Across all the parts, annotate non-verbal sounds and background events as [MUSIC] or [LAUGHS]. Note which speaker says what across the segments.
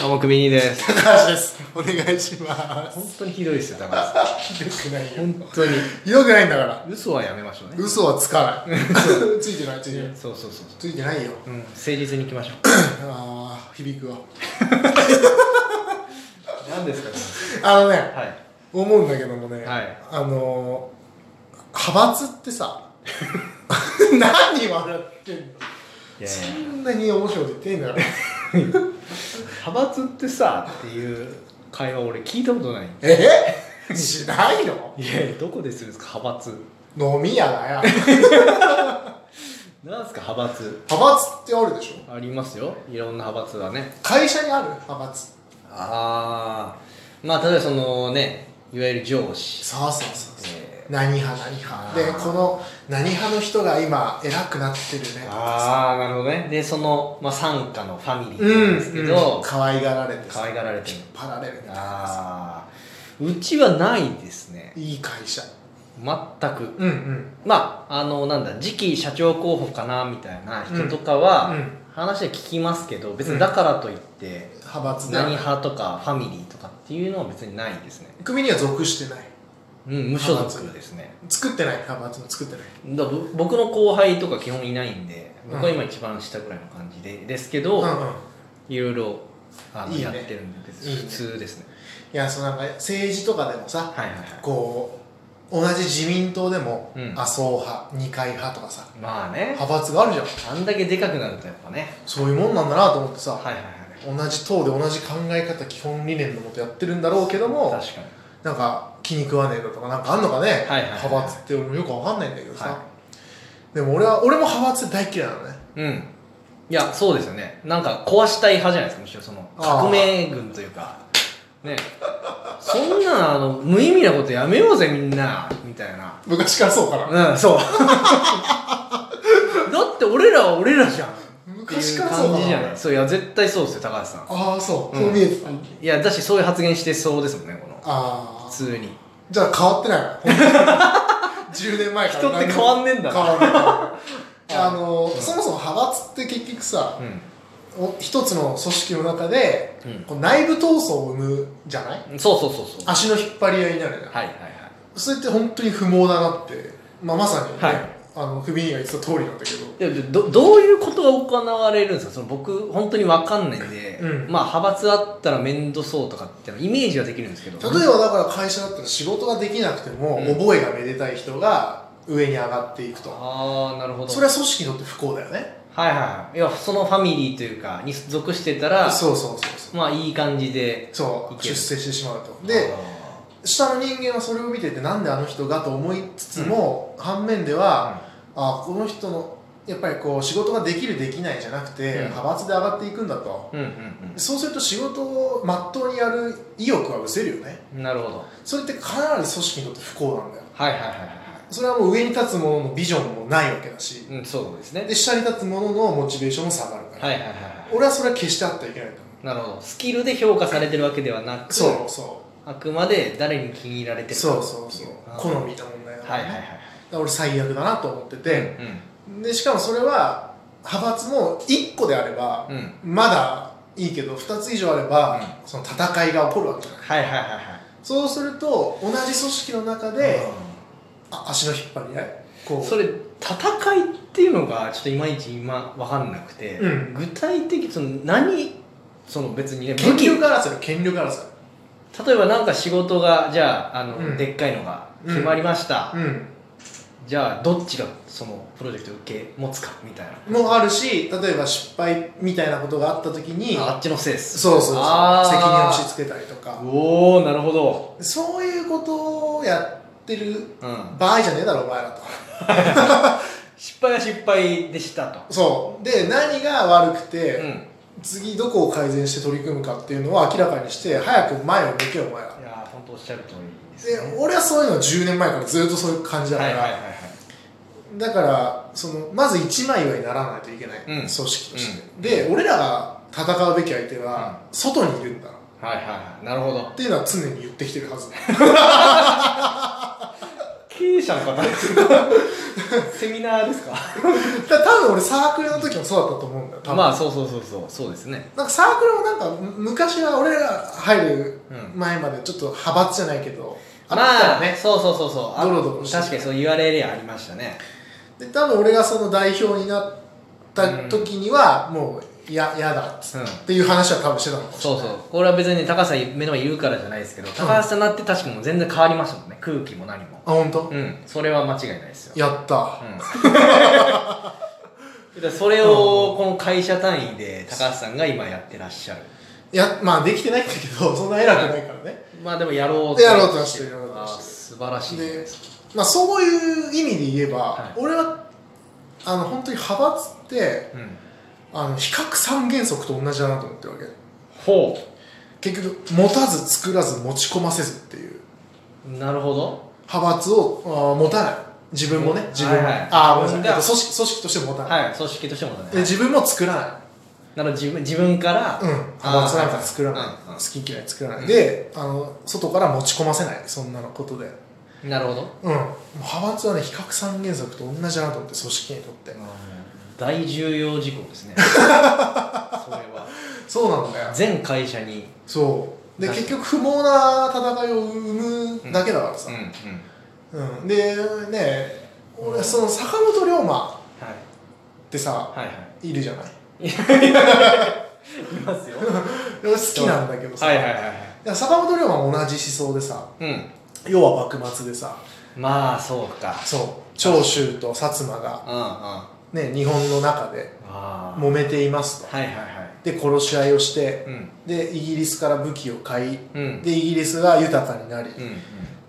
Speaker 1: どうもクビニーです
Speaker 2: 高橋ですお願いします
Speaker 1: 本当にひどいですよ高橋さ
Speaker 2: ひどくない
Speaker 1: ん
Speaker 2: よ
Speaker 1: 本当に
Speaker 2: ひどくないんだから
Speaker 1: 嘘はやめましょうね
Speaker 2: 嘘はつかないついてないついてない
Speaker 1: そうそうそうそ
Speaker 2: ついてないよ
Speaker 1: う、うん、誠実にいきましょ
Speaker 2: あー響くわ
Speaker 1: う何ですかね
Speaker 2: あのね
Speaker 1: はい
Speaker 2: 思うんだけどもね、
Speaker 1: はい
Speaker 2: あのー、派閥ってさ [LAUGHS] 何笑ってんの
Speaker 1: いやいや
Speaker 2: そんなに面白いこと言っていいんだから
Speaker 1: 派閥ってさっていう会話俺聞いたことない
Speaker 2: えしないの
Speaker 1: いやいやどこでするんですか派閥
Speaker 2: 飲み屋だよ
Speaker 1: なんですか派閥
Speaker 2: 派閥ってあるでしょ
Speaker 1: ありますよいろんな派閥がね
Speaker 2: 会社にある派閥
Speaker 1: ああまあ例えばそのねいわゆる上司
Speaker 2: そうそうそうそう、
Speaker 1: え
Speaker 2: 何派何派で
Speaker 1: あー
Speaker 2: この何派の人が今偉くなってるねとか
Speaker 1: ああなるほどねでその、まあ、傘下のファミリー
Speaker 2: う
Speaker 1: なん
Speaker 2: ん
Speaker 1: ですけど、
Speaker 2: 可愛がられて
Speaker 1: 可愛がられてる
Speaker 2: パラレルみたいな
Speaker 1: ああうちはないですね
Speaker 2: いい会社
Speaker 1: 全く
Speaker 2: うんうん
Speaker 1: まああのなんだ次期社長候補かなみたいな人とかは、
Speaker 2: うんうん
Speaker 1: 話は聞きますけど別にだからといって、
Speaker 2: 派閥
Speaker 1: 何
Speaker 2: で
Speaker 1: 派とかファミリーとかっていうのは別にないですね、
Speaker 2: 組には属してない
Speaker 1: うん、無所属ですね
Speaker 2: 作ってない派閥も作ってない
Speaker 1: だぼ僕の後輩とか基本いないんで
Speaker 2: うん
Speaker 1: 僕は今一番下ぐらいの感じでですけど、
Speaker 2: うんうん
Speaker 1: いろいろあの
Speaker 2: いいね
Speaker 1: やってるんで別に
Speaker 2: いいね
Speaker 1: 普通ですね
Speaker 2: いやそうなんか政治とかでもさ、
Speaker 1: はいはいはい
Speaker 2: こう同じ自民党でも、
Speaker 1: うん
Speaker 2: 麻生派二階派とかさ
Speaker 1: まあね
Speaker 2: 派閥があるじゃん
Speaker 1: あんだけでかくなるとやっぱね
Speaker 2: そういうもんなんだなと思ってさ、
Speaker 1: はいはいはい
Speaker 2: 同じ党で同じ考え方基本理念のもとやってるんだろうけども
Speaker 1: 確かに
Speaker 2: なんか気に食わねえだとかなんかあんのかね、
Speaker 1: はいはいはい
Speaker 2: 派閥って俺もよくわかんないんだけどさ、
Speaker 1: は
Speaker 2: でも俺は俺も派閥大嫌いなのね
Speaker 1: うんいやそうですよねなんか壊したい派じゃないですかむしろその
Speaker 2: あー
Speaker 1: 革命軍というかねそんなあの無意味なことやめようぜみんなみたいな
Speaker 2: 昔からそうかな
Speaker 1: うんそう [LAUGHS] だって俺らは俺らじゃんって
Speaker 2: 昔
Speaker 1: いう
Speaker 2: からそう
Speaker 1: 感
Speaker 2: か
Speaker 1: じじゃな
Speaker 2: ない
Speaker 1: そういや絶対そうですよ高橋さん
Speaker 2: ああそう、
Speaker 1: うん
Speaker 2: そう見えてた
Speaker 1: いやだしそういう発言してそうですもんねこの
Speaker 2: ああ
Speaker 1: 普通に
Speaker 2: じゃあ変わってないわ本当に10年前か
Speaker 1: [LAUGHS]
Speaker 2: ら
Speaker 1: 人って変わんねえんだ
Speaker 2: 変
Speaker 1: な
Speaker 2: わんないあの、そもそも派閥って結局さ
Speaker 1: う、ん
Speaker 2: お一つの組織の中で、
Speaker 1: うん
Speaker 2: こう内部闘争を生むじゃない
Speaker 1: そうそうそうそう
Speaker 2: 足の引っ張り合いになるじゃん
Speaker 1: はいはいはい
Speaker 2: それって本当に不毛だなって、まあ、まさに、ね
Speaker 1: はい
Speaker 2: あのクビニが言ってた通りなんだけど
Speaker 1: でどどういうことが行われるんですかその僕本当に分かんないんで、
Speaker 2: うん
Speaker 1: まあ派閥あったら面倒そうとかっていうのイメージはできるんですけど
Speaker 2: 例えばだから会社だったら仕事ができなくても、
Speaker 1: うん
Speaker 2: 覚えがめでたい人が上に上がっていくと
Speaker 1: ああなるほど
Speaker 2: それは組織にとって不幸だよね
Speaker 1: はいはいはいいやそのファミリーというかに属してたら
Speaker 2: そうそうそうそう
Speaker 1: まあいい感じで
Speaker 2: そう
Speaker 1: いけ
Speaker 2: 出
Speaker 1: る
Speaker 2: 世してしまうとで下の人間はそれを見ててなんであの人がと思いつつも、反面で
Speaker 1: あ
Speaker 2: は、
Speaker 1: ー
Speaker 2: あこの人のやっぱりこう仕事ができるできないじゃなくて、
Speaker 1: うん
Speaker 2: 派閥で上がっていくんだと
Speaker 1: うんうん
Speaker 2: そうすると仕事をまっとうにやる意欲は失せるよね
Speaker 1: うんなるほど
Speaker 2: それってかなり組織にとって不幸なんだよ
Speaker 1: はいはいはいは
Speaker 2: それはもう上に立つ者のビジョンもないわけだし
Speaker 1: いはいうんそうですね
Speaker 2: で下に立つ者のモチベーションも下がるか
Speaker 1: は
Speaker 2: ら、
Speaker 1: いはいはいはい
Speaker 2: 俺はそれは決してあってはいけないと
Speaker 1: な
Speaker 2: 思
Speaker 1: るほどスキルで評価されてるわけではな
Speaker 2: う
Speaker 1: く
Speaker 2: そうそ
Speaker 1: あくまで誰に気に入られて
Speaker 2: う
Speaker 1: る
Speaker 2: そうそうそう
Speaker 1: あー
Speaker 2: 好みの問題だか
Speaker 1: はい
Speaker 2: ら
Speaker 1: は
Speaker 2: ね
Speaker 1: いはい
Speaker 2: だから俺最悪だなと思ってて、
Speaker 1: う
Speaker 2: でしかもそれは派閥も1個であれば、
Speaker 1: んうん
Speaker 2: まだいいけど2つ以上あれば、その戦いが起こるわけじゃない
Speaker 1: はいはいはいはい
Speaker 2: そうすると同じ組織の中で、あ足の引っ張り合いこ
Speaker 1: うん
Speaker 2: う
Speaker 1: それ戦いっていうのがちょっといまいち今分かんなくて、
Speaker 2: うん
Speaker 1: 具体的にその何その別にね
Speaker 2: 権
Speaker 1: 武器
Speaker 2: 力争い権力争い
Speaker 1: 例えばなんか仕事がじゃああの、
Speaker 2: うん
Speaker 1: でっかいのが決まりました、
Speaker 2: うん
Speaker 1: じゃあどっちがそのプロジェクトを受け持つかみたいな
Speaker 2: もあるし例えば失敗みたいなことがあった時に
Speaker 1: ああっちのせいっす
Speaker 2: そうそうそう責任を押し
Speaker 1: つ
Speaker 2: 付けたりとか
Speaker 1: おおなるほど
Speaker 2: そういうことをやってる
Speaker 1: うん
Speaker 2: 場合じゃねえだろお前らと
Speaker 1: 失敗は失敗でしたと、
Speaker 2: そうで何が悪くて、
Speaker 1: うん、
Speaker 2: 次どこを改善して取り組むかっていうのを明らかにして早く前を向けよお前ら
Speaker 1: いやー本当おっしゃる通りです
Speaker 2: で
Speaker 1: ね
Speaker 2: 俺はそういうのは10年前からずっとそういう感じだか
Speaker 1: は
Speaker 2: ら、
Speaker 1: いはいはいはい
Speaker 2: だからそのまず一枚岩にならないといけない、
Speaker 1: ん
Speaker 2: 組織として、
Speaker 1: うん
Speaker 2: で俺らが戦うべき相手は外にいるんだ
Speaker 1: はいはいはいなるほど
Speaker 2: っていうのは常に言ってきてるはず
Speaker 1: 結経営者の方セミナーですか
Speaker 2: た多分俺サークルの時もそうだったと思うんだよ多分
Speaker 1: まあそうそうそうそうそうですね
Speaker 2: なんかサークルもなんかむ昔は俺ら入る
Speaker 1: うん
Speaker 2: 前までちょっと派閥じゃないけど、あった
Speaker 1: ま
Speaker 2: よ
Speaker 1: あ
Speaker 2: ね、
Speaker 1: そうそうそうそうあ
Speaker 2: ドロドロして
Speaker 1: 確かにそう言われりゃありましたね
Speaker 2: で多分俺がその代表になった時にはもう嫌だっつ
Speaker 1: うん
Speaker 2: っていう話は多分してたのかもし
Speaker 1: そ
Speaker 2: れ
Speaker 1: う
Speaker 2: ない
Speaker 1: そうこれは別に高橋さん目の前言うからじゃないですけど高橋さんなって確かもう全然変わりましたもんね空気も何も
Speaker 2: あ本当、
Speaker 1: うんそれは間違いないですよ
Speaker 2: やった、
Speaker 1: [LAUGHS] うんでそれをこの会社単位で高橋さんが今やってらっしゃる
Speaker 2: いやまあできてないんだけど [LAUGHS] そんな偉くないからね
Speaker 1: まあでもやろう
Speaker 2: やろうとはしてるやろうと
Speaker 1: あ
Speaker 2: は
Speaker 1: ー
Speaker 2: してる
Speaker 1: 素晴らしいじゃないですか
Speaker 2: まあそういう意味で言えば、
Speaker 1: はい
Speaker 2: 俺はあの本当に派閥って
Speaker 1: うん
Speaker 2: あの比較三原則と同じだなと思ってるわけ
Speaker 1: ほ
Speaker 2: 結局持たず作らず持ち込ませずっていう
Speaker 1: うなるほど
Speaker 2: 派閥をあー持たない自分もね
Speaker 1: うん
Speaker 2: 自分も、
Speaker 1: はいはい
Speaker 2: ああごめん
Speaker 1: で
Speaker 2: なさいえっと組織組織として持たない、
Speaker 1: はい組織としてもだね
Speaker 2: で自分も作らない、
Speaker 1: なので自分自分から
Speaker 2: うん、派閥なんか作らない、
Speaker 1: うんうん
Speaker 2: 好き嫌い作らない、
Speaker 1: うん
Speaker 2: であの外から持ち込ませないそんなのことで、
Speaker 1: なるほど
Speaker 2: うん、もう派閥はね比較三原則と同じだなと思って組織にとって
Speaker 1: 大重要事項ですねそれは
Speaker 2: そうなんだよ
Speaker 1: 全会社に
Speaker 2: そうで
Speaker 1: 確か
Speaker 2: 結
Speaker 1: に
Speaker 2: 局不毛な戦いを生むだけだからさ、
Speaker 1: ん
Speaker 2: うんでね俺その坂本龍馬
Speaker 1: はい
Speaker 2: ってさ
Speaker 1: はいはい
Speaker 2: るじゃない
Speaker 1: いいますよ
Speaker 2: で俺好きなんだけどさ、
Speaker 1: はいはいはいは
Speaker 2: で坂本龍馬も同じ思想でさ
Speaker 1: いうん
Speaker 2: 要は幕末でさ
Speaker 1: まあそうか
Speaker 2: そう長州と薩摩が
Speaker 1: うんうんあ
Speaker 2: ね日本の中で
Speaker 1: あ
Speaker 2: 揉めていますと
Speaker 1: はいはいはい
Speaker 2: で殺し合いをして
Speaker 1: うん
Speaker 2: でイギリスから武器を買い
Speaker 1: うん
Speaker 2: でイギリスが豊かになり、
Speaker 1: うんうん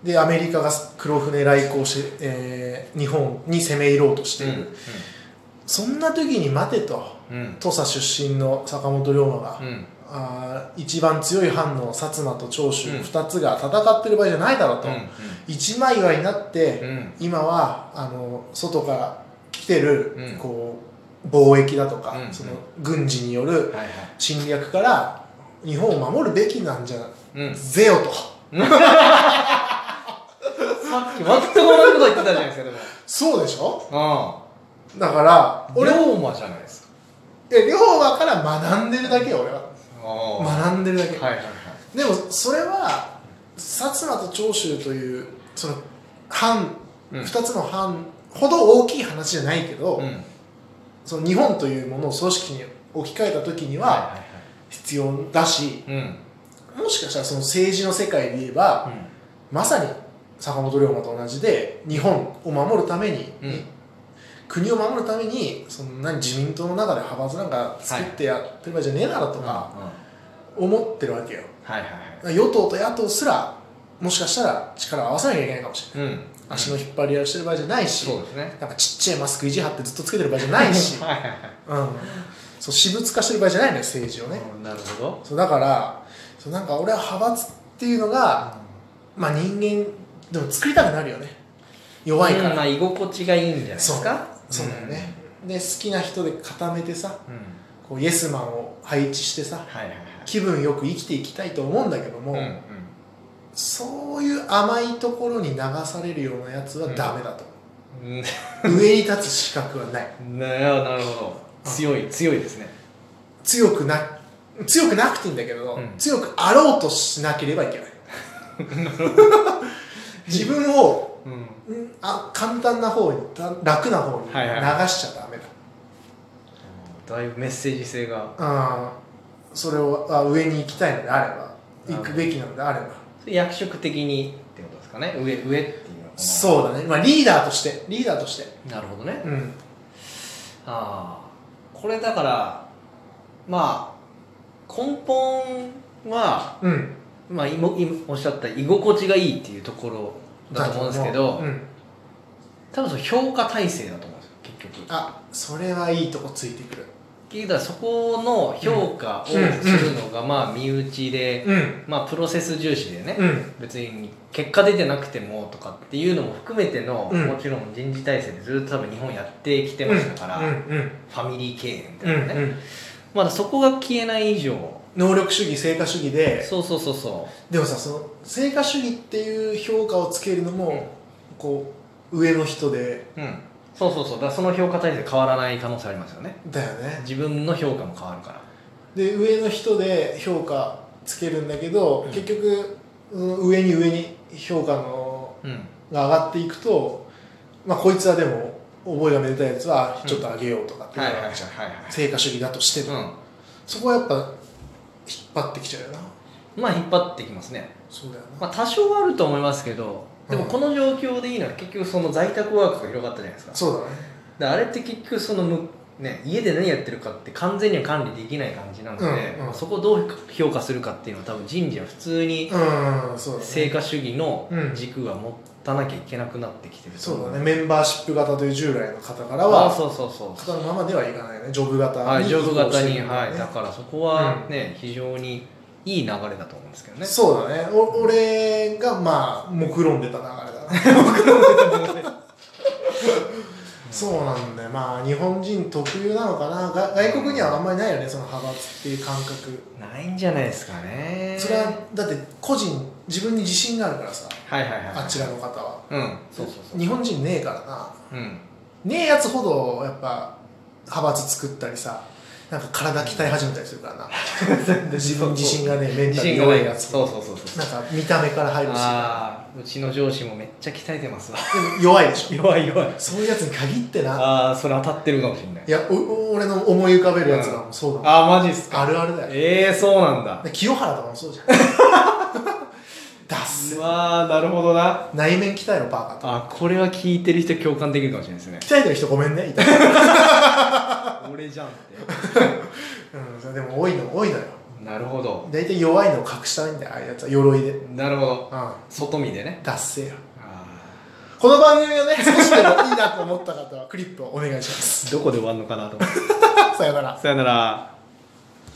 Speaker 2: でアメリカが黒船来航して、えー日本に攻め入ろうとしている、そんな時に待てと
Speaker 1: うんうん
Speaker 2: 土佐出身の坂本龍馬が、
Speaker 1: うん
Speaker 2: あー一番強い藩の薩摩と長州
Speaker 1: うん
Speaker 2: 2つが戦ってる場合じゃないだろうと、
Speaker 1: う
Speaker 2: 一枚岩になって、
Speaker 1: んうん
Speaker 2: 今はあの外から来てる、
Speaker 1: うん
Speaker 2: こう貿易だとか、
Speaker 1: うん
Speaker 2: その軍事による
Speaker 1: はいはい
Speaker 2: 侵略から日本を守るべきなんじゃ
Speaker 1: うん
Speaker 2: ぜよと
Speaker 1: さっき全く同じこと言ってたじゃないですかでも
Speaker 2: そうでしょ
Speaker 1: あ
Speaker 2: だから
Speaker 1: あ
Speaker 2: 俺
Speaker 1: 俺
Speaker 2: も
Speaker 1: 龍馬じゃないですか
Speaker 2: 龍馬から学んでるだけよ俺は
Speaker 1: ああ
Speaker 2: 学んでるだけ、
Speaker 1: はいはいはい
Speaker 2: でもそれは薩摩と長州というその藩、
Speaker 1: うん
Speaker 2: 2つの藩ほど大きい話じゃないけど、
Speaker 1: うん
Speaker 2: その日本というものを組織に置き換えた時に
Speaker 1: はい
Speaker 2: は
Speaker 1: はいはい
Speaker 2: 必要だし、
Speaker 1: うん
Speaker 2: もしかしたらその政治の世界で言えば、まさに坂本龍馬と同じで日本を守るために、
Speaker 1: うん
Speaker 2: 国を守るためにそんなに自民党の中で派閥なんか作ってやってる場合じゃねえだろと
Speaker 1: うん
Speaker 2: か
Speaker 1: うん
Speaker 2: 思ってるわけよ、
Speaker 1: はいはいはい
Speaker 2: 与党と野党すらもしかしたら力を合わせなきゃいけないかもしれない、
Speaker 1: うん
Speaker 2: 足の引っ張り合いをしてる場合じゃないし、
Speaker 1: そうですね
Speaker 2: なんかちっちゃいマスク意地張ってずっとつけてる場合じゃな
Speaker 1: [LAUGHS]
Speaker 2: いし、
Speaker 1: はいはいはい
Speaker 2: うん、そう私物化してる場合じゃないのよ政治をね、
Speaker 1: うんなるほど
Speaker 2: そうだからそうなんか俺は派閥っていうのが、まあ人間でも作りたくなるよね弱いから、
Speaker 1: うんまあ居心地がいいんじゃないですか
Speaker 2: そうだよね、で好きな人で固めてさ
Speaker 1: うんうん
Speaker 2: こうイエスマンを配置してさ
Speaker 1: はいはいはい
Speaker 2: 気分よく生きていきたいと思うんだけど
Speaker 1: う
Speaker 2: も、
Speaker 1: んうん
Speaker 2: そういう甘いところに流されるようなやつはダメだと、
Speaker 1: うん
Speaker 2: 上に立つ資格はない
Speaker 1: ななるほど強い強いですね
Speaker 2: 強くな強くなくていいんだけど、
Speaker 1: うん
Speaker 2: 強くあろうとしなければいけない自分を
Speaker 1: うん
Speaker 2: んあ簡単な方にた楽な方に流しち
Speaker 1: はいはい
Speaker 2: ゃダメだ、
Speaker 1: だいぶメッセージ性が
Speaker 2: うんそれをあ上に行きたいのであれば行くべきなのであれば
Speaker 1: 役職的にってことですかね上上っていうのかな
Speaker 2: そうだね、まあ、リーダーとしてリーダーとして
Speaker 1: なるほどね
Speaker 2: うん
Speaker 1: ああこれだからまあ根本は
Speaker 2: うん
Speaker 1: まあ今今おっしゃった居心地がいいっていうところだと思うんですけど、
Speaker 2: うん、
Speaker 1: 多分その評価体制だと思うんですよ結局
Speaker 2: あそれはいいとこついてくる
Speaker 1: 聞いたらそこの評価をするのがまあ身内で、
Speaker 2: うん
Speaker 1: まあ、プロセス重視でね、
Speaker 2: うん
Speaker 1: 別に結果出てなくてもとかっていうのも含めての、
Speaker 2: うん
Speaker 1: もちろん人事体制でずっと多分日本やってきてましたから、
Speaker 2: うんうん
Speaker 1: ファミリー経営み
Speaker 2: うん
Speaker 1: たいなね、
Speaker 2: うん
Speaker 1: まだそこが消えない以上
Speaker 2: 能力主義成果主義で
Speaker 1: そうそうそうそ
Speaker 2: でもさその成果主義っていう評価をつけるのも、こう上の人で
Speaker 1: うんそうそうそうだからその評価体制変わらない可能性ありますよね
Speaker 2: だよね
Speaker 1: 自分の評価も変わるから
Speaker 2: で上の人で評価つけるんだけど、
Speaker 1: うん
Speaker 2: 結局うん上に上に評価の
Speaker 1: うん
Speaker 2: が上がっていくと、まあ、こいつはでも覚えがめでたいやつは
Speaker 1: うん
Speaker 2: ちょっと上げようとかってなるわけじゃん、
Speaker 1: はいはい
Speaker 2: 成果主義だとしても、
Speaker 1: う
Speaker 2: そこはやっぱ引っ張ってきちゃうよなん
Speaker 1: まあ引っ張ってきますね
Speaker 2: そうだよな、
Speaker 1: まあ多少はあると思いますけどでも
Speaker 2: うん
Speaker 1: この状況でいいのは結局その在宅ワークが広がったじゃないですか
Speaker 2: そうだね
Speaker 1: であれって結局そのむ、ね、家で何やってるかって完全には管理できない感じなので、
Speaker 2: うんうん
Speaker 1: まあそこをどう評価するかっていうのは多分人事は普通に
Speaker 2: うんそうだね
Speaker 1: 成果主義の
Speaker 2: うん
Speaker 1: 軸は持たなきゃいけなくなってきてると
Speaker 2: そ
Speaker 1: 思
Speaker 2: うだねメンバーシップ型という従来の方からは
Speaker 1: あそうそうそう
Speaker 2: 型のままではいかないねジョブ型に
Speaker 1: はい、ジョブ型
Speaker 2: 移行して
Speaker 1: に、
Speaker 2: るんだ
Speaker 1: は
Speaker 2: よ
Speaker 1: い、
Speaker 2: ね
Speaker 1: だからそこはね、非常にいい流れだと思うんですけどね。
Speaker 2: そうだねお俺がまあ目論んでた流れだな
Speaker 1: [LAUGHS]
Speaker 2: そうなんだよまあ日本人特有なのかなが外国にはあんまりないよねその派閥っていう感覚
Speaker 1: ないんじゃないですかね。
Speaker 2: それはだって個人自分に自信があるからさ
Speaker 1: はいはいはい。
Speaker 2: あちらの方は
Speaker 1: うん、そうそうそう。
Speaker 2: 日本人ねえからな
Speaker 1: うん、
Speaker 2: ねえやつほどやっぱ派閥作ったりさなんか体鍛え始めたりするから
Speaker 1: [LAUGHS]
Speaker 2: な自分自信がねメン
Speaker 1: 自
Speaker 2: タル
Speaker 1: 信がな
Speaker 2: 弱
Speaker 1: い
Speaker 2: い
Speaker 1: や
Speaker 2: や
Speaker 1: つ。
Speaker 2: つ
Speaker 1: そうそうそうそう。
Speaker 2: なんか見た目から入るし
Speaker 1: ああ、うちの上司もめっちゃ鍛えてますわ。 [LAUGHS]
Speaker 2: でも弱いでしょ
Speaker 1: 弱い弱い。
Speaker 2: そういうやつに限ってな
Speaker 1: ああ、それ当たってるかもしれない
Speaker 2: い。やおお俺の思い浮かべるやつらもそうだもん、
Speaker 1: ああ、マジっすか。
Speaker 2: あるあるだよ
Speaker 1: ええー、そうなんだ。
Speaker 2: で清原とかもそうじ
Speaker 1: [LAUGHS]
Speaker 2: ゃんダッセ
Speaker 1: うわあ、なるほどな。
Speaker 2: 内面鍛えろバーカと。
Speaker 1: あ、これは聞いてる人共感できるかもしれないですね [LAUGHS]
Speaker 2: 鍛えてる人ごめんねいたい
Speaker 1: 俺じゃんって。
Speaker 2: うんそれでも多いの多いのよ
Speaker 1: なるほど。
Speaker 2: 大体弱いのを隠したいんだよああいうやつは鎧でうん
Speaker 1: なるほど。外見でね。
Speaker 2: ダッセよ
Speaker 1: ああ。
Speaker 2: この番組をね少しでもいいなと思った方はクリップをお願いします [LAUGHS]
Speaker 1: どこで終わるのかなと思って。
Speaker 2: さよなら
Speaker 1: さよなら。